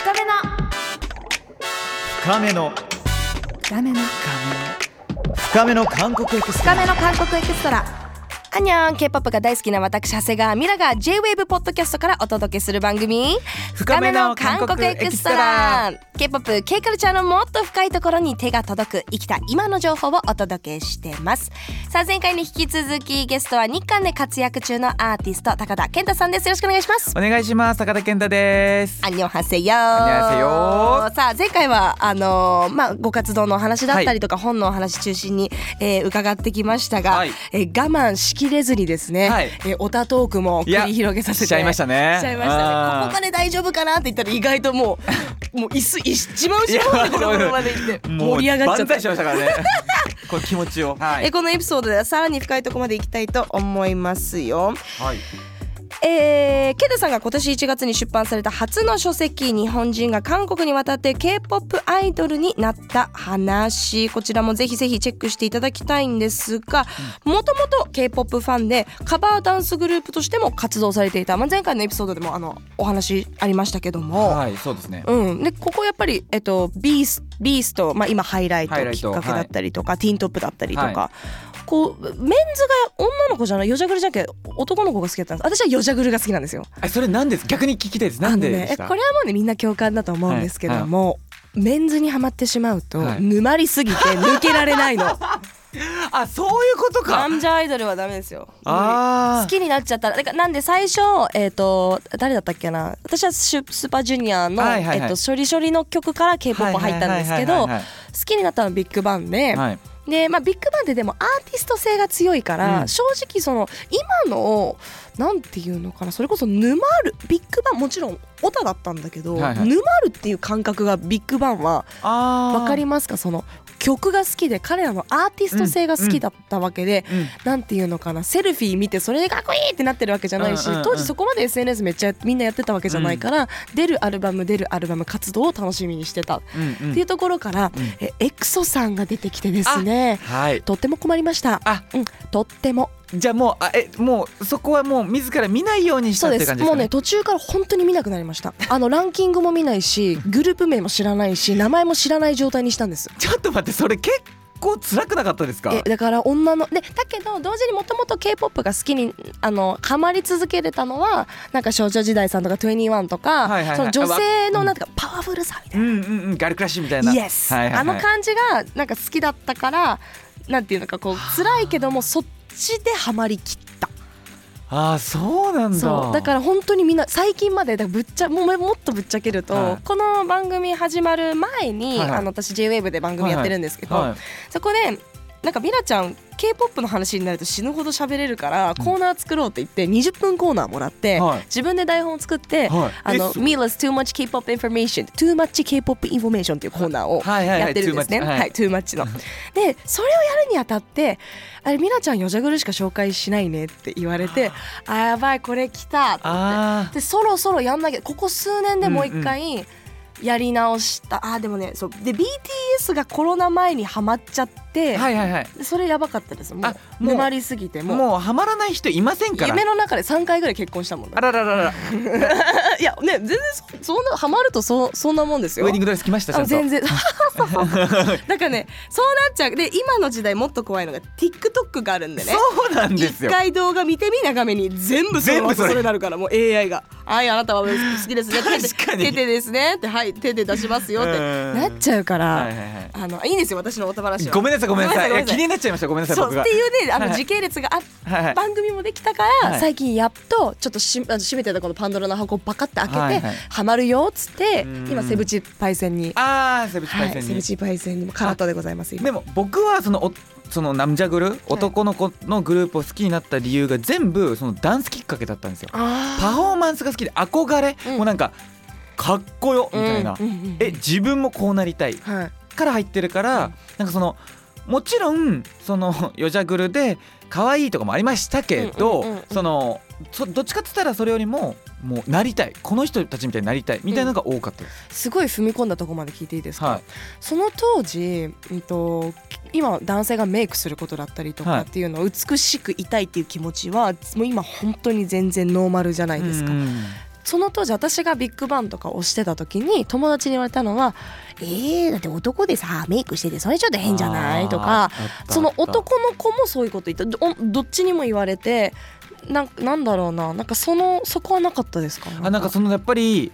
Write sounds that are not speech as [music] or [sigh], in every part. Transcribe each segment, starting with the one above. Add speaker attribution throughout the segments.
Speaker 1: 深めの深
Speaker 2: 深めの
Speaker 1: めの
Speaker 2: 深めの韓国エクスト
Speaker 1: 深
Speaker 2: ラ
Speaker 1: めの韓国エクストラあにゃん K-POP が大好きな私長谷川ミラが J-WAVE ポッドキャストからお届けする番組
Speaker 2: 深めの韓国エクストラ
Speaker 1: K-POP、K カルチャーのもっと深いところに手が届く生きた今の情報をお届けしてますさあ前回に引き続きゲストは日韓で活躍中のアーティスト高田健太さんですよろしくお願いします
Speaker 2: お願いします高田健太です
Speaker 1: アンニョンハセヨ
Speaker 2: 안녕하세요
Speaker 1: さあ前回はあのーまあご活動のお話だったりとか、本のお話中心に、えー伺ってきましたが、
Speaker 2: はい
Speaker 1: えー我慢しきれずにですね、
Speaker 2: はい
Speaker 1: えーオタトークも繰り広げさせて
Speaker 2: いやしちゃいましたね
Speaker 1: しちゃいましたね
Speaker 2: あー
Speaker 1: ここまで大丈夫かなって言ったら意外ともうもう椅子一番後ろのところまで行って盛り上がっちゃっ
Speaker 2: 万歳
Speaker 1: た
Speaker 2: し。ましたから
Speaker 1: [laughs]
Speaker 2: ねこう気持ちをは
Speaker 1: えーこのエピソードではさらに深いところまで行きたいと思いますよ。
Speaker 2: はい
Speaker 1: えー、ケダさんが今年1月に出版された初の書籍「日本人が韓国に渡って k p o p アイドルになった話」こちらもぜひぜひチェックしていただきたいんですがもともと k p o p ファンでカバーダンスグループとしても活動されていた、まあ、前回のエピソードでもあのお話ありましたけども。
Speaker 2: はいそうですね
Speaker 1: うん、でここやっぱり、えっと、ビースビースト、まあ、今ハイライト
Speaker 2: ハイライ
Speaker 1: きっ
Speaker 2: ト
Speaker 1: かけ
Speaker 2: はい
Speaker 1: だったりとか、ティーントップだったりとか、
Speaker 2: は
Speaker 1: こうメンズが女の子じゃないよじゃぐるじゃんけん男の子が好きだったんです私はよじゃぐるが好きなんですよ。
Speaker 2: えそれなんです逆に聞きたいですなんで
Speaker 1: あの
Speaker 2: で
Speaker 1: ね
Speaker 2: し
Speaker 1: え
Speaker 2: た
Speaker 1: これはもうねみんな共感だと思うんですけども、メンズにはまってしまうと、
Speaker 2: はい
Speaker 1: 沼りす
Speaker 2: [laughs]
Speaker 1: ぎて抜けられないの
Speaker 2: あそういうことか
Speaker 1: 男女アイドルはダメですよ。
Speaker 2: あー
Speaker 1: 好きになっちゃったらだからなんで最初、えー、と誰だったっけな私はシュスーパージュニアの、
Speaker 2: はいはいはい
Speaker 1: えっと処理処理の曲から k p o p 入ったんですけど
Speaker 2: はいはいはいはい
Speaker 1: 好きになったのはビッグバンで、
Speaker 2: はい
Speaker 1: で、まあ、ビッグバンってでもアーティスト性が強いから、
Speaker 2: うん
Speaker 1: 正直その今のなんていうのかなそれこそ沼るビッグバンもちろんオタだったんだけど、
Speaker 2: はいはい
Speaker 1: 沼るっていう感覚がビッグバンは
Speaker 2: あー
Speaker 1: わかりますかその曲が好きで彼らのアーティスト性が好きだったわけで、
Speaker 2: うん
Speaker 1: なんていうのかなセルフィー見てそれでかっこいいってなってるわけじゃないし、
Speaker 2: うんうんうん
Speaker 1: 当時そこまで SNS めっちゃみんなやってたわけじゃないから、出るアルバム出るアルバム活動を楽しみにしてたっ
Speaker 2: うんうん
Speaker 1: ていうところから、
Speaker 2: うん
Speaker 1: えエクソさんが出てきてですね
Speaker 2: はい
Speaker 1: とっても困りました。
Speaker 2: あ
Speaker 1: うん、とっても
Speaker 2: じゃあもうあえもうそこはもう自ら見ないようにした
Speaker 1: そ
Speaker 2: っ
Speaker 1: う
Speaker 2: て
Speaker 1: で
Speaker 2: い
Speaker 1: す
Speaker 2: う感じです
Speaker 1: もう
Speaker 2: か
Speaker 1: ね途中から本当に見なくなりま
Speaker 2: [laughs]
Speaker 1: したあのランキングも見ないしグループ名も知らないし名前も知らない状態にしたんです
Speaker 2: ちょっと待ってそれ結構辛くなかったですか
Speaker 1: えだから女のでだけど同時にもともと k p o p が好きにあのハマり続けれたのはなんか少女時代さんとか21とか、
Speaker 2: はいはいはい
Speaker 1: その女性
Speaker 2: あわ
Speaker 1: のなんていうかパワフルさみた
Speaker 2: う
Speaker 1: いな、
Speaker 2: んうんうんガルクラッシュみたいな
Speaker 1: イエス、
Speaker 2: はいはいはい
Speaker 1: あの感じがなんか好きだったからなんていうのかこう辛いけどもそっちでハマりきった
Speaker 2: ああそうなんだ
Speaker 1: そうだから本当にみんな最近までだからぶっちゃもうもっとぶっちゃけると、
Speaker 2: はい
Speaker 1: この番組始まる前に、
Speaker 2: はいはい
Speaker 1: あの私 JWAVE で番組やってるんですけど、
Speaker 2: はい
Speaker 1: そこでなんかミラちゃん k p o p の話になると死ぬほど喋れるから
Speaker 2: うん
Speaker 1: コーナー作ろうって言って20分コーナーもらって、
Speaker 2: はい
Speaker 1: 自分で台本を作って「
Speaker 2: はい
Speaker 1: あの
Speaker 2: え
Speaker 1: Mila's Too Much K-Pop Information」「Too Much K-Pop Information」っていうコーナーを
Speaker 2: はいはいはい
Speaker 1: やってるんですね。
Speaker 2: Too much はい
Speaker 1: はい、Too Much の。 [laughs] でそれをやるにあたって「あれミラちゃんよじゃぐるしか紹介しないね」って言われて「あやばいこれ来た」って言って。
Speaker 2: あ
Speaker 1: でそろそろやんなきゃここ数年でもう一回やり直した、あーでもねそうで BTS がコロナ前にはまっちゃって、
Speaker 2: あはいはいはい
Speaker 1: でそれやばかったですも
Speaker 2: あ
Speaker 1: う
Speaker 2: もう
Speaker 1: 沼りすぎてもう
Speaker 2: もうハマらない人いませんから
Speaker 1: 夢の中で3回ぐらい結婚したもんね
Speaker 2: あららららら
Speaker 1: いやね全然そそんなハマるとそそんなもんです
Speaker 2: ウ
Speaker 1: よ
Speaker 2: ェディングドレス来ましたちゃ
Speaker 1: あ
Speaker 2: んと
Speaker 1: 全
Speaker 2: [laughs]
Speaker 1: 然なんかねそうなっちゃうで今の時代もっと怖いのが TikTok があるんでね
Speaker 2: そうなんです
Speaker 1: 一
Speaker 2: よ
Speaker 1: 回動画見てみな画面に全部その
Speaker 2: 全部
Speaker 1: まま
Speaker 2: それ
Speaker 1: それなるからもう AI が「はいあなたは好きですね」
Speaker 2: [laughs] 確かに
Speaker 1: 手でですね」って「はい手で出しますよ」って
Speaker 2: うん
Speaker 1: なっちゃうから、
Speaker 2: はいはいはい
Speaker 1: あのいいんですよ私のおたばらしは
Speaker 2: ごめんなさいごめんなさいい
Speaker 1: ご
Speaker 2: や
Speaker 1: めんなさ
Speaker 2: 気になっちゃいましたごめんなさい
Speaker 1: そう
Speaker 2: 僕
Speaker 1: っ
Speaker 2: が
Speaker 1: ていうねあ
Speaker 2: はい
Speaker 1: の
Speaker 2: はい
Speaker 1: 時系列があっ
Speaker 2: はいはい
Speaker 1: 番組もできたから、
Speaker 2: はい
Speaker 1: 最近やっとちょっとしあの閉めてたこのパンドラの箱をパカッて開けて、
Speaker 2: は
Speaker 1: はい
Speaker 2: はい
Speaker 1: まるよっつって
Speaker 2: うん
Speaker 1: 今セブチパイセンに、
Speaker 2: ああセブチパ
Speaker 1: は
Speaker 2: イ
Speaker 1: い、
Speaker 2: セン
Speaker 1: セ
Speaker 2: に
Speaker 1: ブチパイセンにもカラットでございます今
Speaker 2: でも僕はそのおそのナムジャグル男の子のグループを好きになった理由が全部そのダンスきっかけだったんですよ
Speaker 1: あー
Speaker 2: パフォーマンスが好きで憧れ、
Speaker 1: うん
Speaker 2: もうなんかかっこよみたいな、
Speaker 1: うんうんうん
Speaker 2: え自分もこうなりたい
Speaker 1: はい
Speaker 2: から入ってるから、なんかそのもちろんそのよじゃぐるで可愛いとかもありましたけど、
Speaker 1: うんうんうんうん
Speaker 2: そのそどっちかって言ったらそれよりももうなりたいこの人たちみたいになりたいみたいなのが多かったです、
Speaker 1: すごい踏み込んだとこまで聞いていいですか、
Speaker 2: はい
Speaker 1: その当時、うん、と今男性がメイクすることだったりと
Speaker 2: はい
Speaker 1: かっていうのを美しくいたいっていう気持ちはもう今本当に全然ノーマルじゃないですか、
Speaker 2: うん
Speaker 1: その当時私がビッグバンとかをしてた時に友達に言われたのは「えー、だって男でさメイクしててそれちょっと変じゃない?」とかその男の子もそういうこと言ったどどっちにも言われてなんなんだろうななんかそのそこはなかったですか
Speaker 2: あなんかそのやっぱり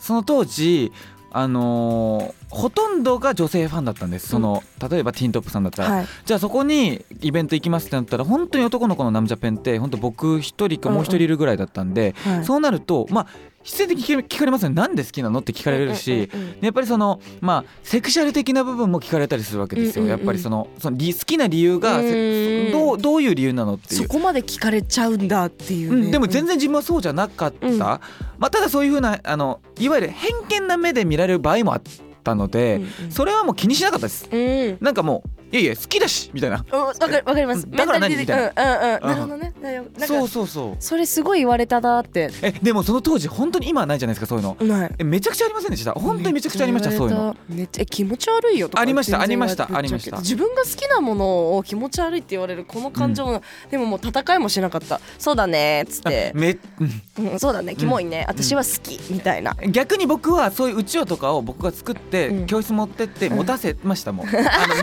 Speaker 2: その当時あのーほとんどが女性ファンだったんですその、例えばティントップさんだったら、
Speaker 1: はい、
Speaker 2: じゃあそこにイベント行きますってなったら本当に男の子のナムジャペンって本当僕一人かもう一人いるぐらいだったんで、
Speaker 1: はい、
Speaker 2: そうなるとまあ必然的に聞かれ聞かれますよねなんで好きなのって聞かれるし、
Speaker 1: うんうんうんうん、
Speaker 2: やっぱりそのまあセクシャル的な部分も聞かれたりするわけですよ、
Speaker 1: うんうんうん
Speaker 2: やっぱりそのそのり好きな理由が
Speaker 1: うん
Speaker 2: せどうどういう理由なのってい。
Speaker 1: そうこまで聞かれちゃうんだっていう
Speaker 2: う
Speaker 1: ね、
Speaker 2: ん、でも全然自分はそうじゃなかった、
Speaker 1: うん
Speaker 2: まあ、ただそういうふうなあのいわゆる偏見な目で見られる場合もあったの
Speaker 1: う
Speaker 2: で
Speaker 1: ん、うん
Speaker 2: それはもう気にしなかったです
Speaker 1: うん
Speaker 2: なんかもういやいや好きだしみたいな
Speaker 1: うんわかるわかります。
Speaker 2: だから何
Speaker 1: メンタリティ
Speaker 2: みたいな
Speaker 1: うんうんうん。なるほどね。だよなん
Speaker 2: そう
Speaker 1: か
Speaker 2: そうそう
Speaker 1: それすごい言われたなって。
Speaker 2: えでもその当時本当に今はないじゃないですかそういうの
Speaker 1: ない。
Speaker 2: えめちゃくちゃありませんでした本当にめちゃくちゃありましたそういうの
Speaker 1: めっちゃえ気持ち悪いよとか
Speaker 2: ありました
Speaker 1: 全然言われ
Speaker 2: ありましたありました
Speaker 1: 自分が好きなものを気持ち悪いって言われるこの感情の、でももう戦いもしなかったそうだねっつっ
Speaker 2: あ
Speaker 1: て、
Speaker 2: め
Speaker 1: うん、そうだねキモいね、私は好きみたいな
Speaker 2: 逆に僕はそういううちわとかを僕が作って、
Speaker 1: うん
Speaker 2: 教室持ってって持たせました
Speaker 1: [laughs]
Speaker 2: もん、あ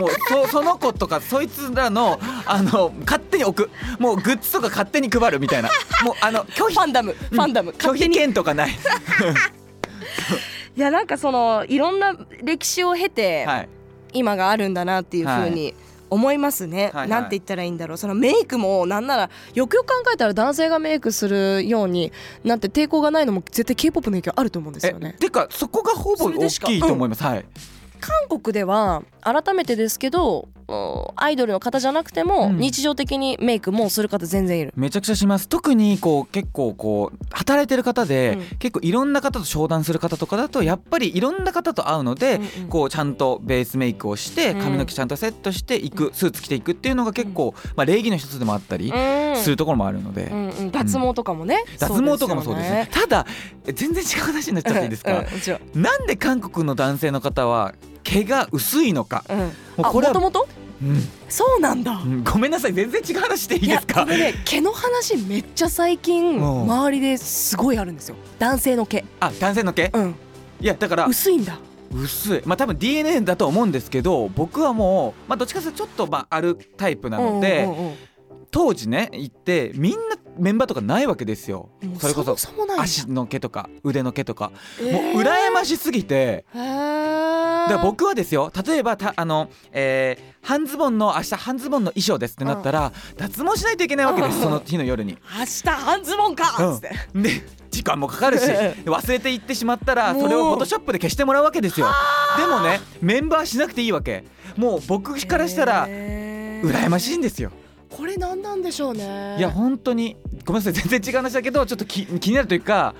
Speaker 2: のもうそその子とかそいつらのあの勝手に置くもうグッズとか勝手に配る
Speaker 1: [laughs]
Speaker 2: みたいなもうあの拒
Speaker 1: フ
Speaker 2: 否
Speaker 1: ァンダムファンダム、
Speaker 2: 拒
Speaker 1: 勝手
Speaker 2: 否
Speaker 1: に
Speaker 2: 権とかない
Speaker 1: いやなんかそのいろんな歴史を経て、
Speaker 2: はい
Speaker 1: 今があるんだなっていう風に思いますね、
Speaker 2: はいはい
Speaker 1: なんて言ったらいいんだろうそのメイクもなんならよくよく考えたら男性がメイクするようになんて抵抗がないのも絶対 k p o p の影響あると思うんです
Speaker 2: え
Speaker 1: よね
Speaker 2: てかそこがほぼ
Speaker 1: それで
Speaker 2: 大
Speaker 1: しか
Speaker 2: きいと思います、はい、
Speaker 1: 韓国では改めてですけどおアイドルの方じゃなくても
Speaker 2: うん
Speaker 1: 日常的にメイクもうする方全然いる、
Speaker 2: めちゃくちゃします特にこう結構こう働いてる方で、
Speaker 1: うん
Speaker 2: 結構いろんな方と商談する方とかだとやっぱりいろんな方と会うので、
Speaker 1: うんうん
Speaker 2: こうちゃんとベースメイクをして
Speaker 1: うん
Speaker 2: 髪の毛ちゃんとセットしていく、スーツ着ていくっていうのが結構、まあ、礼儀の一つでもあった
Speaker 1: う
Speaker 2: り
Speaker 1: ん
Speaker 2: するところもあるので、
Speaker 1: うんうん脱毛とかもね、
Speaker 2: 脱毛とかもそうですねただえ全然違う話になっちゃっていいですか、
Speaker 1: うんうんもちろん
Speaker 2: なんで韓国の男性の方は毛が薄いのか
Speaker 1: うん
Speaker 2: も
Speaker 1: あ
Speaker 2: うこれ
Speaker 1: も
Speaker 2: は
Speaker 1: ともと
Speaker 2: うん
Speaker 1: そうなんだ、
Speaker 2: うんごめんなさい全然違う話でいいですか
Speaker 1: やこれね毛の話めっちゃ最近
Speaker 2: うん
Speaker 1: 周りですごいあるんですよ男性の毛
Speaker 2: あ男性の毛
Speaker 1: うん
Speaker 2: いやだから
Speaker 1: 薄いんだ
Speaker 2: 薄いまあ多分 DNA だと思うんですけど僕はもう、まあ、どっちかというとちょっとまああるタイプなので、
Speaker 1: うんうんうん
Speaker 2: 当時ね行ってみんなメンバーとかないわけですよ
Speaker 1: うんもう
Speaker 2: それこそ
Speaker 1: そもそもないんだ
Speaker 2: 足の毛とか腕の毛とか、
Speaker 1: え
Speaker 2: も
Speaker 1: ー
Speaker 2: う羨ましすぎて。
Speaker 1: へー
Speaker 2: だから僕はですよ例えばたあの、えー半ズボンの明日半ズボンの衣装ですってなったら、脱毛しないといけないわけで
Speaker 1: う
Speaker 2: す
Speaker 1: ん
Speaker 2: その日の夜に。
Speaker 1: 明日半ズボンかっつって、
Speaker 2: で時間も
Speaker 1: [laughs]
Speaker 2: かかるし忘れていってしまったら
Speaker 1: もう
Speaker 2: それをフォトショップで消してもらうわけですよでもねメンバーしなくていいわけもう僕からしたら
Speaker 1: へー
Speaker 2: 羨ましいんですよ
Speaker 1: これ何なんでしょうね
Speaker 2: いや本当にごめんなさい全然違う話だけどちょっとき気になるというか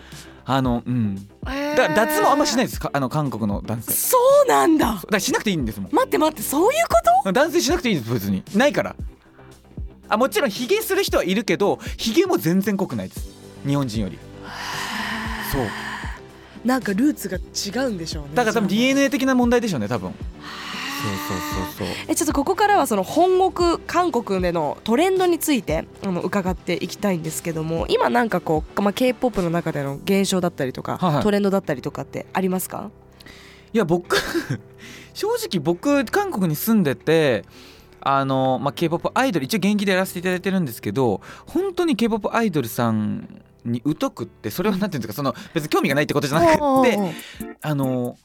Speaker 2: あのうん
Speaker 1: へー
Speaker 2: だから脱毛あんましないですかあの韓国の男性だ
Speaker 1: そうなんだ
Speaker 2: からしなくていいんですもん
Speaker 1: 待って待ってそういうこ
Speaker 2: 男性しなくていいんです別にないからあもちろんヒゲする人はいるけどヒゲも全然濃くないです日本人よりそう
Speaker 1: となんかルーツが違うんでしょうね
Speaker 2: だから多分
Speaker 1: そう
Speaker 2: DNA 的な問題でしょうね多分そうそうそうそう
Speaker 1: えちょっとここからはその本国韓国でのトレンドについてあの伺っていきたいんですけども今なんかこう、まあ、k p o p の中での現象だったりとか、
Speaker 2: はいはい
Speaker 1: トレンドだったりとかってありますか
Speaker 2: いや僕 [laughs] 正直僕韓国に住んでてあの、まあ、k p o p アイドル一応現役でやらせていただいてるんですけど本当に k p o p アイドルさんに疎くってそれはなんていうんですかその別に興味がないってことじゃなくてあの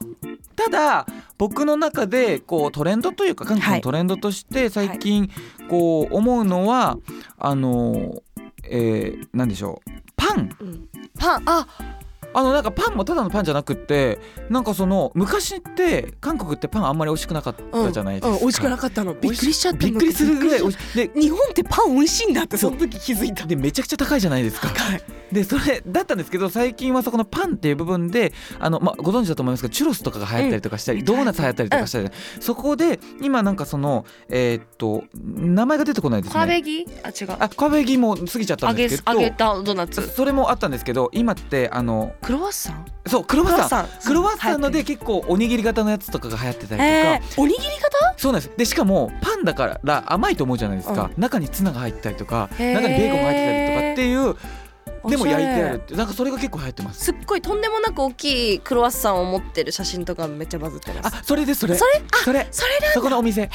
Speaker 2: ただ僕の中でこうトレンドというか韓国
Speaker 1: は
Speaker 2: の
Speaker 1: い
Speaker 2: トレンドとして最近こう思うのは、あのえー、なんでしょうパン
Speaker 1: うんパンあ
Speaker 2: あのなんかパンもただのパンじゃなくってなんかその昔って韓国ってパンあんまり美味しくなかったじゃないですか、
Speaker 1: うん、美味しくなかったのびっくりしちゃった
Speaker 2: びっくりするぐらい美
Speaker 1: びっ
Speaker 2: 味
Speaker 1: く
Speaker 2: しいで
Speaker 1: りし日本ってパン美味しいんだってその時気づいた
Speaker 2: でめちゃくちゃ高いじゃないですか [laughs] でそれだったんですけど最近はそこのパンっていう部分であの、まあ、ご存知だと思いますけどチュロスとかが流行ったりとかしたり、
Speaker 1: うん
Speaker 2: ドーナツ流行ったりとかしたり、そこで今なんかそのえーっと名前が出てこないですね
Speaker 1: ギあ違う
Speaker 2: あカベギも過ぎちゃったんですけど
Speaker 1: たドーナ
Speaker 2: それもあったんですけど今ってあの
Speaker 1: クロワッサン
Speaker 2: そうクロワッサン
Speaker 1: サン
Speaker 2: クロワッサンので結構おにぎり型のやつとかが流行ってたりとか、
Speaker 1: えー、おにぎり
Speaker 2: そうなんですでしかもパンだから甘いと思うじゃないですか、中にツナが入ったりとか中にベーコンが入ってたりとかっていうでも焼いてあ
Speaker 3: おしゃ
Speaker 2: るっ
Speaker 3: れ
Speaker 2: てなんかそれが結構流行ってます
Speaker 3: すっごいとんでもなく大きいクロワッサンを持ってる写真とかめっちゃバズってます
Speaker 2: あそれですそれ
Speaker 3: それあ
Speaker 2: それ
Speaker 3: それ
Speaker 2: そこのお店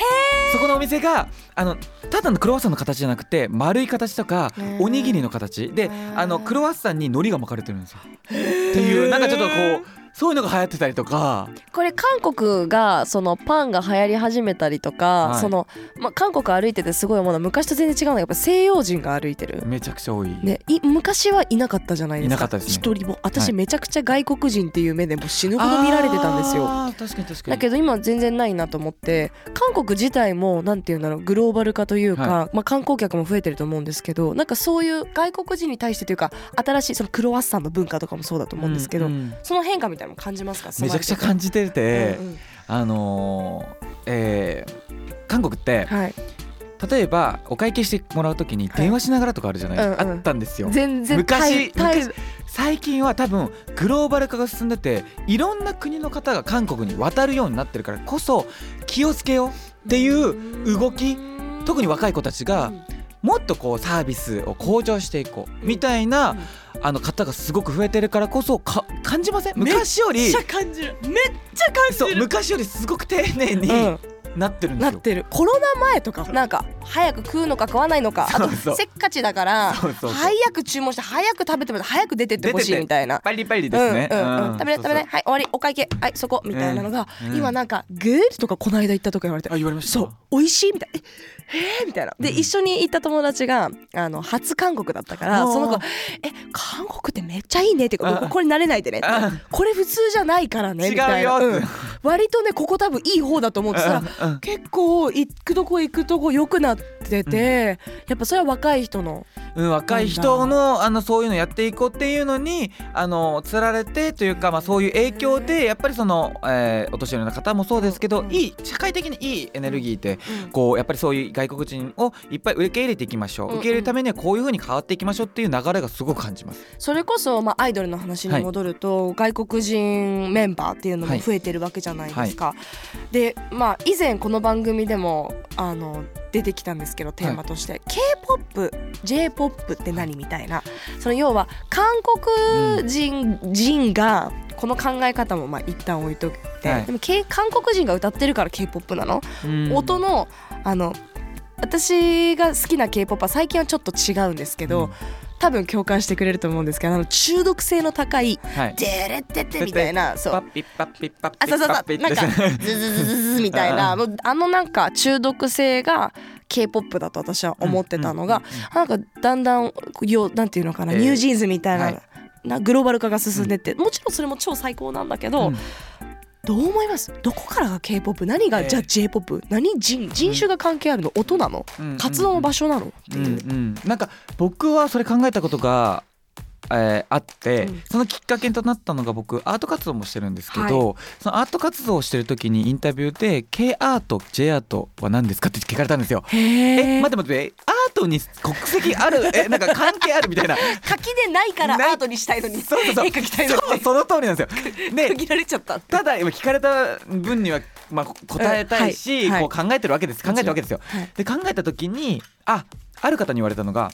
Speaker 2: そこのお店があのただのクロワッサンの形じゃなくて丸い形とか
Speaker 3: へー
Speaker 2: おにぎりの形で
Speaker 3: ー
Speaker 2: あのクロワッサンに海苔が巻かれてるんですよ。っていうなんかちょっとこうそういうのが流行ってたりとか
Speaker 1: これ韓国がそのパンが流行り始めたりとか、
Speaker 2: はい
Speaker 1: その、ま、韓国歩いててすごいもの昔と全然違うのがやっぱ西洋人が歩いてる、
Speaker 2: めちゃくちゃ多い。
Speaker 1: ね、い昔はいなかったじゃないですか
Speaker 2: いなかったですね
Speaker 1: 一人も
Speaker 2: は
Speaker 1: 私
Speaker 2: い
Speaker 1: めちゃくちゃ外国人っていう目でもう死ぬほど見られてたんですよ
Speaker 2: あー確かに確かに。
Speaker 1: だけ
Speaker 2: ど
Speaker 1: ど今全然ないなと思って韓国自体もなんていうんだろうグローバル化というか、
Speaker 2: は
Speaker 1: まあ、観光客も増えてると思うんですけどなんかそういう外国人に対してというか新しいそのクロワッサンの文化とかもそうだと思うんですけど、その変化みたいなのも感じますか
Speaker 2: めちゃくちゃ感じてて、
Speaker 1: うんうん
Speaker 2: あのーえー韓国って
Speaker 1: はい、
Speaker 2: 例えばお会計してもらうときに電話しながらとかあるじゃない、
Speaker 1: はいうんうん
Speaker 2: あったんですよ。
Speaker 1: 全然
Speaker 2: 昔
Speaker 1: タイ
Speaker 2: 昔最近は多分グローバル化が進んでていろんな国の方が韓国に渡るようになってるからこそ気をつけようっていう動き特に若い子たちがもっとこうサービスを向上していこうみたいな、
Speaker 1: うん
Speaker 2: あの方がすごく増えてるからこそか感じません昔より
Speaker 1: 感じるめっちゃ
Speaker 2: そう
Speaker 1: 感
Speaker 2: 昔よりすごく丁寧に
Speaker 1: うん
Speaker 2: なってるんで
Speaker 1: なっ
Speaker 2: すよ。
Speaker 1: てるコロナ前とかなんか早く食うのか食わないのかあ
Speaker 2: そ
Speaker 1: と
Speaker 2: うそう
Speaker 1: せっかちだから
Speaker 2: そうそうそう
Speaker 1: 早く注文して早く食べてもらって早く出てってほし
Speaker 2: 出て
Speaker 1: い
Speaker 2: て
Speaker 1: みたいな
Speaker 2: パリパリですね。
Speaker 1: うんうんうん
Speaker 2: う
Speaker 1: 食
Speaker 2: ん
Speaker 1: べない食べないはい終わりお会計はいそこみたいなのが、
Speaker 2: うん
Speaker 1: 今なんか「グール」とかこの間行ったとか言われて
Speaker 2: あ言われました。
Speaker 1: そう美味しいみたいな「ええー」みたいなで、
Speaker 2: うん
Speaker 1: 一緒に行った友達があの初韓国だったから
Speaker 2: あー
Speaker 1: その子「え韓国ってめっちゃいいね」っていうか「
Speaker 2: あ
Speaker 1: これ慣れないでね」
Speaker 2: あ
Speaker 1: これ普通じゃないからね」
Speaker 2: 違
Speaker 1: みた
Speaker 2: う
Speaker 1: い
Speaker 2: よ
Speaker 1: な、
Speaker 2: って
Speaker 1: うん割とねここ多分いい方だと思ってたら
Speaker 2: うんうん
Speaker 1: 結構行くとこ行くとこ良くなってて、
Speaker 2: うん
Speaker 1: やっぱそれは若い人の
Speaker 2: うん、若い人のあのそういうのやっていこうっていうのにあのつられてというか、まあ、そういう影響でやっぱりその、えーお年寄りの方もそうですけど、
Speaker 1: うん
Speaker 2: いい社会的にいいエネルギーで、こうやっぱりそういう外国人をいっぱい受け入れていきましょう、
Speaker 1: うんうん
Speaker 2: 受け入れるためにはこういうふうに変わっていきましょうっていう流れがすごく感じます。
Speaker 1: それこそ、まあ、アイドルの話に戻ると、外国人メンバーっていうのも増えてるわけじゃないですか。で、まあ、以前この番組でもあの出てきたんですけどテーマとして、k p o p j p o p って何みたいなその要は韓国人,、人がこの考え方もまあ一旦置いといて、
Speaker 2: はい
Speaker 1: でも、K、韓国人が歌ってるから k p o p なの音のあの私が好きな k p o p は最近はちょっと違うんですけど、
Speaker 2: うん
Speaker 1: 多分共感してくれると思うんですけどあの中毒性の高い
Speaker 2: はい
Speaker 1: 「デレッテテ」みたいなそ
Speaker 2: パ
Speaker 1: う。
Speaker 2: ッピッパッピッパッ
Speaker 1: あ
Speaker 2: ピ
Speaker 1: そう
Speaker 2: ッ
Speaker 1: そう
Speaker 2: パ
Speaker 1: そ
Speaker 2: ッピ
Speaker 1: う
Speaker 2: ッ
Speaker 1: なん [laughs] か
Speaker 2: です
Speaker 1: ズズズズズみたいなもうあのなんか中毒性が k p o p だと私は思ってたのが、なんかだんだんよなんていうのかな、
Speaker 2: えー
Speaker 1: ニュージーンズみたいな,、
Speaker 2: はい
Speaker 1: なグローバル化が進んでって、もちろんそれも超最高なんだけど、
Speaker 2: うん
Speaker 1: どう思いますどこからが k p o p 何が、
Speaker 2: えー
Speaker 1: じゃあ j p o p 何人人種が関係あるの音なの
Speaker 2: うん
Speaker 1: 活動の場所なのってい
Speaker 2: うん
Speaker 1: う、
Speaker 2: うん、なんか僕はそれ考えたことが、えーあって、
Speaker 1: うん
Speaker 2: そのきっかけとなったのが僕アート活動もしてるんですけど、そのアート活動をしてる時にインタビューで「K アート J アートは何ですか?」って聞かれたんですよ。え
Speaker 1: へえ
Speaker 2: 待って待ってアートに国籍
Speaker 1: [laughs]
Speaker 2: あるえなんか関係あるみたいな
Speaker 1: きでないからア
Speaker 2: ない
Speaker 1: ートにしたいのに
Speaker 2: そうそうそう
Speaker 1: 絵描きたいのに
Speaker 2: そうその通りなんですよ。で
Speaker 1: 区切られちゃった
Speaker 2: ただ今聞かれた分には、まあ、答えたいし、
Speaker 1: うんはいはい
Speaker 2: こう考えてるわけです考えてるわけですよ。
Speaker 1: はい
Speaker 2: で考えた時にあある方に言われたのが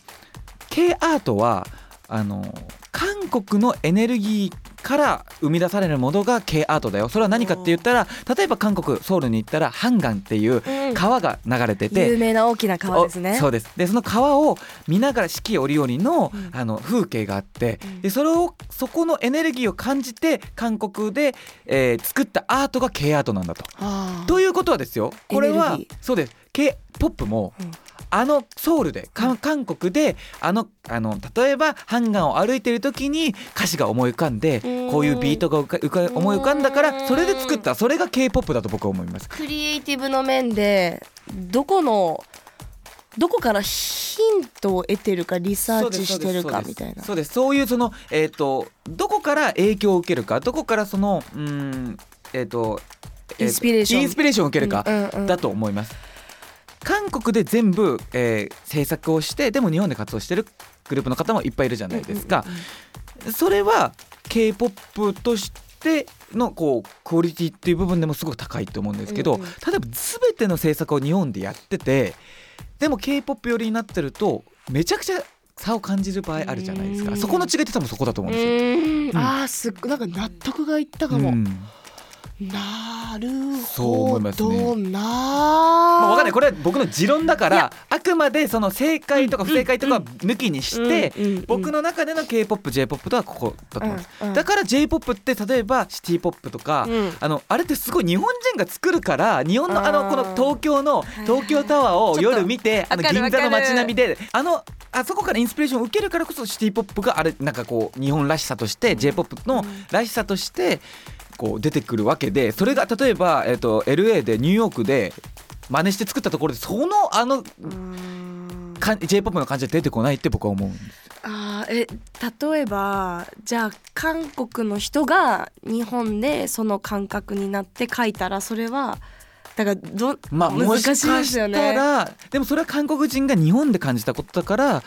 Speaker 2: K アートはあの韓国のエネルギーから生み出されるものが K アートだよそれは何かって言ったら例えば韓国ソウルに行ったらハンガンっていう
Speaker 1: うん
Speaker 2: 川が流れてて、
Speaker 1: 有名な大きな川です
Speaker 2: お
Speaker 1: ね
Speaker 2: そうですでその川を見ながら四季折々の,、
Speaker 1: うん
Speaker 2: あの風景があって、
Speaker 1: うん
Speaker 2: でそれをそこのエネルギーを感じて韓国で、えー作ったアートが K アートなんだと。
Speaker 1: あー
Speaker 2: ということはですよこれ
Speaker 1: エネ
Speaker 2: は
Speaker 1: ルギ
Speaker 2: そうです k p o p も、
Speaker 1: うん
Speaker 2: あのソウルでか韓国であのあの例えばハンガンを歩いてる時に歌詞が思い浮かんで
Speaker 1: ーん
Speaker 2: こういうビートが浮か浮か思い浮かんだか
Speaker 1: うー
Speaker 2: ら
Speaker 1: ん
Speaker 2: それで作ったそれが k p o p だと僕は思います。
Speaker 1: クリエイティブの面でどこのどこからヒントを得てるかリサーチしてるかみたいな
Speaker 2: そうですそういうそのえっ、とどこから影響を受けるかどこからそのうーんえっ、とえーと
Speaker 1: インスピレーション
Speaker 2: インスピレーションを受けるか、
Speaker 1: うんうんうん
Speaker 2: だと思います。韓国で全部、えー制作をしてでも日本で活動してるグループの方もいっぱいいるじゃないですか、それは k p o p としてのこうクオリティっていう部分でもすごく高いと思うんですけど、
Speaker 1: うんうん
Speaker 2: 例えば全ての制作を日本でやっててでも k p o p 寄りになってるとめちゃくちゃ差を感じる場合あるじゃないです
Speaker 4: う
Speaker 2: か
Speaker 4: ん
Speaker 2: そこの違いって多分そこだと思うんですよ。
Speaker 4: うん
Speaker 2: ん
Speaker 4: あーすっごなんか納得がいったかも、
Speaker 2: うん
Speaker 4: なる
Speaker 2: そう思
Speaker 4: ほ
Speaker 2: います
Speaker 4: ど
Speaker 2: ね
Speaker 4: な、
Speaker 2: まあ、わかんない
Speaker 4: こ
Speaker 2: これは僕の持論だか
Speaker 4: い
Speaker 2: らあくまでその正解とか不正解とか抜きにして、僕
Speaker 4: の
Speaker 2: の中での k p o p j p o p とはここだと思うんです、
Speaker 4: か
Speaker 2: だから j p o p って例えばシティ・ポップとか、あのあれってすごい日本人が作るから日本のあの
Speaker 4: あー
Speaker 2: この東京の
Speaker 4: い
Speaker 2: 東京タワーを
Speaker 1: ちょっと
Speaker 2: 夜見てあの
Speaker 1: わかる
Speaker 2: 銀座の
Speaker 1: わかる
Speaker 2: 街並みであのあそこからインスピレーションを受けるからこそシティ・ポップがあれなんかこう日本らしさとして j p o p のらしさとしてこう出てくるわけでそれが例えば、えっと LA でニューヨークで真似して作ったところでそのあのか j p o p の感じは出てこないって僕は思うんです
Speaker 1: あーえ例えばじゃあ韓国の人が日本でその感覚になって書いたらそれはだからど、
Speaker 2: まあも
Speaker 1: 難
Speaker 2: し
Speaker 1: しい
Speaker 2: か
Speaker 1: ですよ
Speaker 2: し
Speaker 1: ね
Speaker 2: たらでもそれは韓国人が日本で感じたことだから、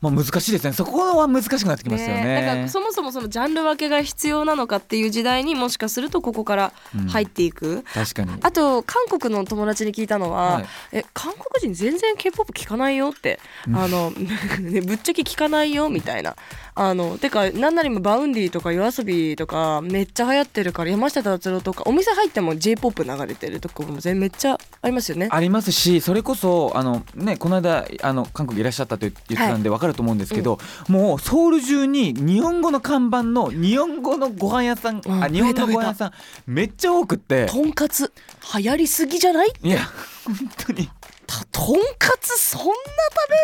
Speaker 2: まあ、難しいですねそこは難しくなってきますよね。
Speaker 1: ねだからそもそもそのジャンル分けが必要なのかっていう時代にもしかするとここから
Speaker 2: うん
Speaker 1: 入っていく、
Speaker 2: 確かに
Speaker 1: あと韓国の友達に聞いたのは、
Speaker 2: はい
Speaker 1: え韓国人全然 k p o p 聞かないよって
Speaker 2: うん
Speaker 1: あの、ね、 [laughs] ぶっちゃけ聞かないよみたいなあのてかなんなら今バウンディとか夜遊びとかめっちゃ流行ってるから山下達郎とかお店入っても j p o p 流れてるとこも全めっちゃありますよね。
Speaker 2: ありますしそれこそあの、ね、この間あの韓国いらっしゃったと言ってたんで分かると思うんですけど、もうソウル中に日本語の看板の日本語のご飯屋さん、
Speaker 1: うん
Speaker 2: あ日本の
Speaker 1: 増えた
Speaker 2: ご飯屋さんめっちゃ多くって
Speaker 1: とんかつ流行りすぎじゃない
Speaker 2: いや本当に
Speaker 1: たとんかつそんな食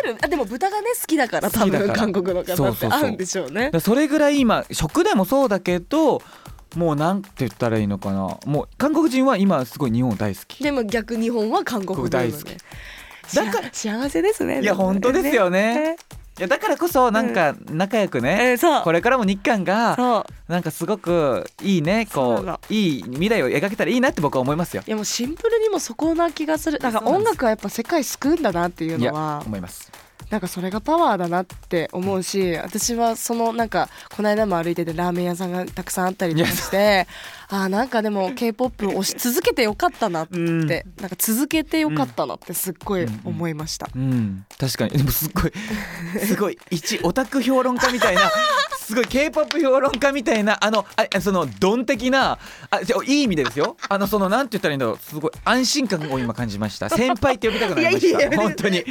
Speaker 1: べるあでも豚がね好きだから多
Speaker 2: 好きだか
Speaker 1: 分
Speaker 2: ら
Speaker 1: 韓国の方
Speaker 2: そう
Speaker 1: っ
Speaker 2: そ
Speaker 1: て
Speaker 2: うそう
Speaker 1: 合うんでしょうね
Speaker 2: だか。らそれぐらい今食でもそうだけどもうなんて言ったらいいのかなもう韓国人は今すごい日本大好き
Speaker 1: でも逆日本は韓国
Speaker 2: 大好きだから
Speaker 1: 幸せですね
Speaker 2: いや本当ですよね
Speaker 1: ね
Speaker 2: いやだからこそなんか仲良くね、
Speaker 1: えーそう
Speaker 2: これからも日韓が
Speaker 1: そう
Speaker 2: なんかすごくいいね
Speaker 1: そ
Speaker 2: こ
Speaker 1: うな
Speaker 2: ういい未来を描けたらいいなって僕は思いますよ。
Speaker 1: いやもうシンプルにもそこな気がするなんか
Speaker 2: そうなん
Speaker 1: 音
Speaker 2: です
Speaker 1: 楽はやっぱ世界救うんだなっていう
Speaker 2: い
Speaker 1: の
Speaker 2: や
Speaker 1: は
Speaker 2: 思います。
Speaker 1: なんかそれがパワーだなって思うし私はそのなんかこの間も歩いててラーメン屋さんがたくさんあったりとかしてあーなんかでも k p o p を推し続けてよかったなって、
Speaker 2: うん
Speaker 1: なんか続けてよかったなってすっごい思いました、
Speaker 2: うん、確かにでもすっごい
Speaker 1: [laughs]
Speaker 2: すごい一オタク評論家みたいなすごい K-POP 評論家みたいなあのあそのドン的なあじゃいい意味でですよあのそのなんて言ったらいいんだろうすごい安心感を今感じました先輩って呼びたくなりました
Speaker 1: いやいやいや
Speaker 2: 本当に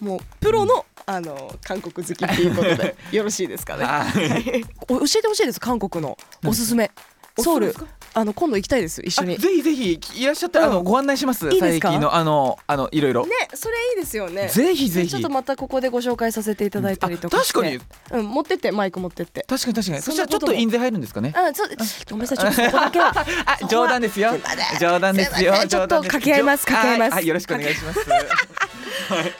Speaker 1: もうプロのあの韓国好きっていうこと
Speaker 2: [laughs]
Speaker 1: でよろしいですかね
Speaker 2: はい
Speaker 1: お教えてほしいです韓国のおすすめソウ
Speaker 2: お
Speaker 1: ル
Speaker 2: すすめで
Speaker 1: あの今度行きたいです一緒
Speaker 2: あ
Speaker 1: に
Speaker 2: ぜひぜひいらっしゃったら、あのご案内します
Speaker 1: いいですか
Speaker 2: 佐伯のあのあのいろいろ、
Speaker 1: ねそれいいですよね
Speaker 2: ぜひぜひ
Speaker 1: ちょっとまたここでご紹介させていただいたりとか
Speaker 2: あ
Speaker 1: して
Speaker 2: 確か
Speaker 1: う
Speaker 2: に
Speaker 1: ん、持ってってマイク持ってって
Speaker 2: 確かに確かに
Speaker 1: そ
Speaker 2: そ
Speaker 1: ん
Speaker 2: し
Speaker 1: な
Speaker 2: た
Speaker 1: こと
Speaker 2: らちょ
Speaker 1: も
Speaker 2: っと印税入るんですかね
Speaker 1: あちょっとごめんなさいちょっと [laughs] そこだけは
Speaker 2: あ冗談ですよ冗談ですよ
Speaker 1: すいませんちょっと掛け合います
Speaker 2: 冗
Speaker 1: 掛け合い
Speaker 2: 談ですよ
Speaker 1: ます
Speaker 2: ははいよろしくお願いします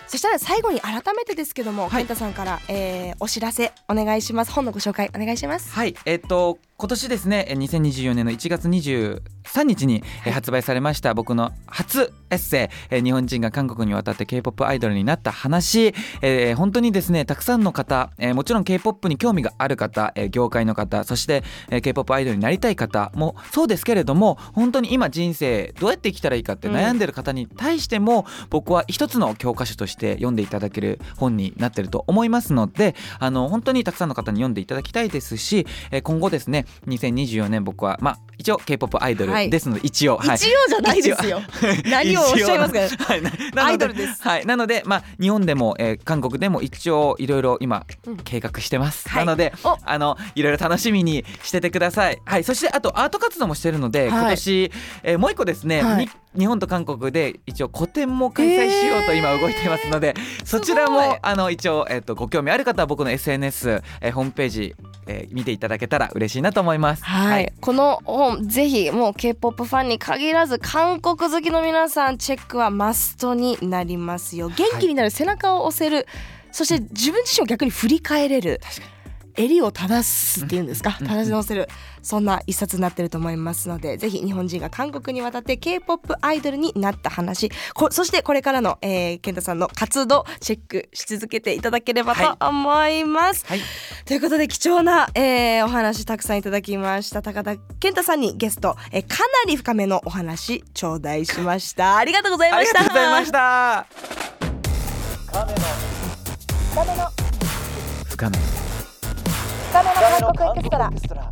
Speaker 1: そしたら最後に改めてですけども、
Speaker 2: はい
Speaker 1: 健太さんから、えー、お知らせお願いします本のご紹介お願いします
Speaker 2: はいえっ、と今年ですねえー2024年の1月23日にえー発売されました僕の初エッセイえー「日本人が韓国に渡って k p o p アイドルになった話」えー本当にですねたくさんの方、えーもちろん k p o p に興味がある方、えー業界の方そして、えー、k p o p アイドルになりたい方もそうですけれども本当に今人生どうやって生きたらいいかって悩んでる方に対しても、僕は一つの教科書として読んでいただける本になってると思いますのであの本当にたくさんの方に読んでいただきたいですし、えー今後ですね2024年僕はまあ一応 k p o p アイド
Speaker 1: はい
Speaker 2: ルですので、一応、はい、
Speaker 1: 一応じゃないです
Speaker 2: [laughs]
Speaker 1: よ何をおっしゃいますか
Speaker 2: 一応はいななので
Speaker 1: アイドルです
Speaker 2: はいなのでまあ日本でも、えー韓国でも一応いろいろ今
Speaker 1: うん
Speaker 2: 計画してます、
Speaker 1: はい
Speaker 2: なので
Speaker 1: お
Speaker 2: あのいろいろ楽しみにしててくださいはいそしてあとアート活動もしてるので、
Speaker 1: はい
Speaker 2: 今年、えーもう一個ですね、
Speaker 1: はい
Speaker 2: に日本と韓国で一応個展も開催しようと今動いてますので、そちら
Speaker 1: すごい
Speaker 2: もあの一応、えー、とご興味ある方は僕の SNS、えーホームページ、えー見ていただけたら嬉しいなと思います
Speaker 1: はい、この本ぜひもう K-POP ファンに限らず韓国好きの皆さんチェックはマストになりますよ元気になる背中を押せる、そして自分自身を逆に振り返れる襟を正すっていうんですか
Speaker 2: うん
Speaker 1: 正し直せるそんな一冊になってると思いますのでぜひ日本人が韓国に渡って K-POP アイドルになった話こそしてこれからの、えー、健太さんの活動チェックし続けていただければと思います、
Speaker 2: はい
Speaker 1: ということで貴重な、えーお話たくさんいただきました高田健太さんにゲスト、えーかなり深めのお話頂戴しましたありがとうござい
Speaker 2: あ
Speaker 1: ま
Speaker 2: り
Speaker 1: し
Speaker 2: が
Speaker 1: た
Speaker 2: とうございました。
Speaker 1: カメの
Speaker 5: つかない
Speaker 2: 深めの韓国エクストラ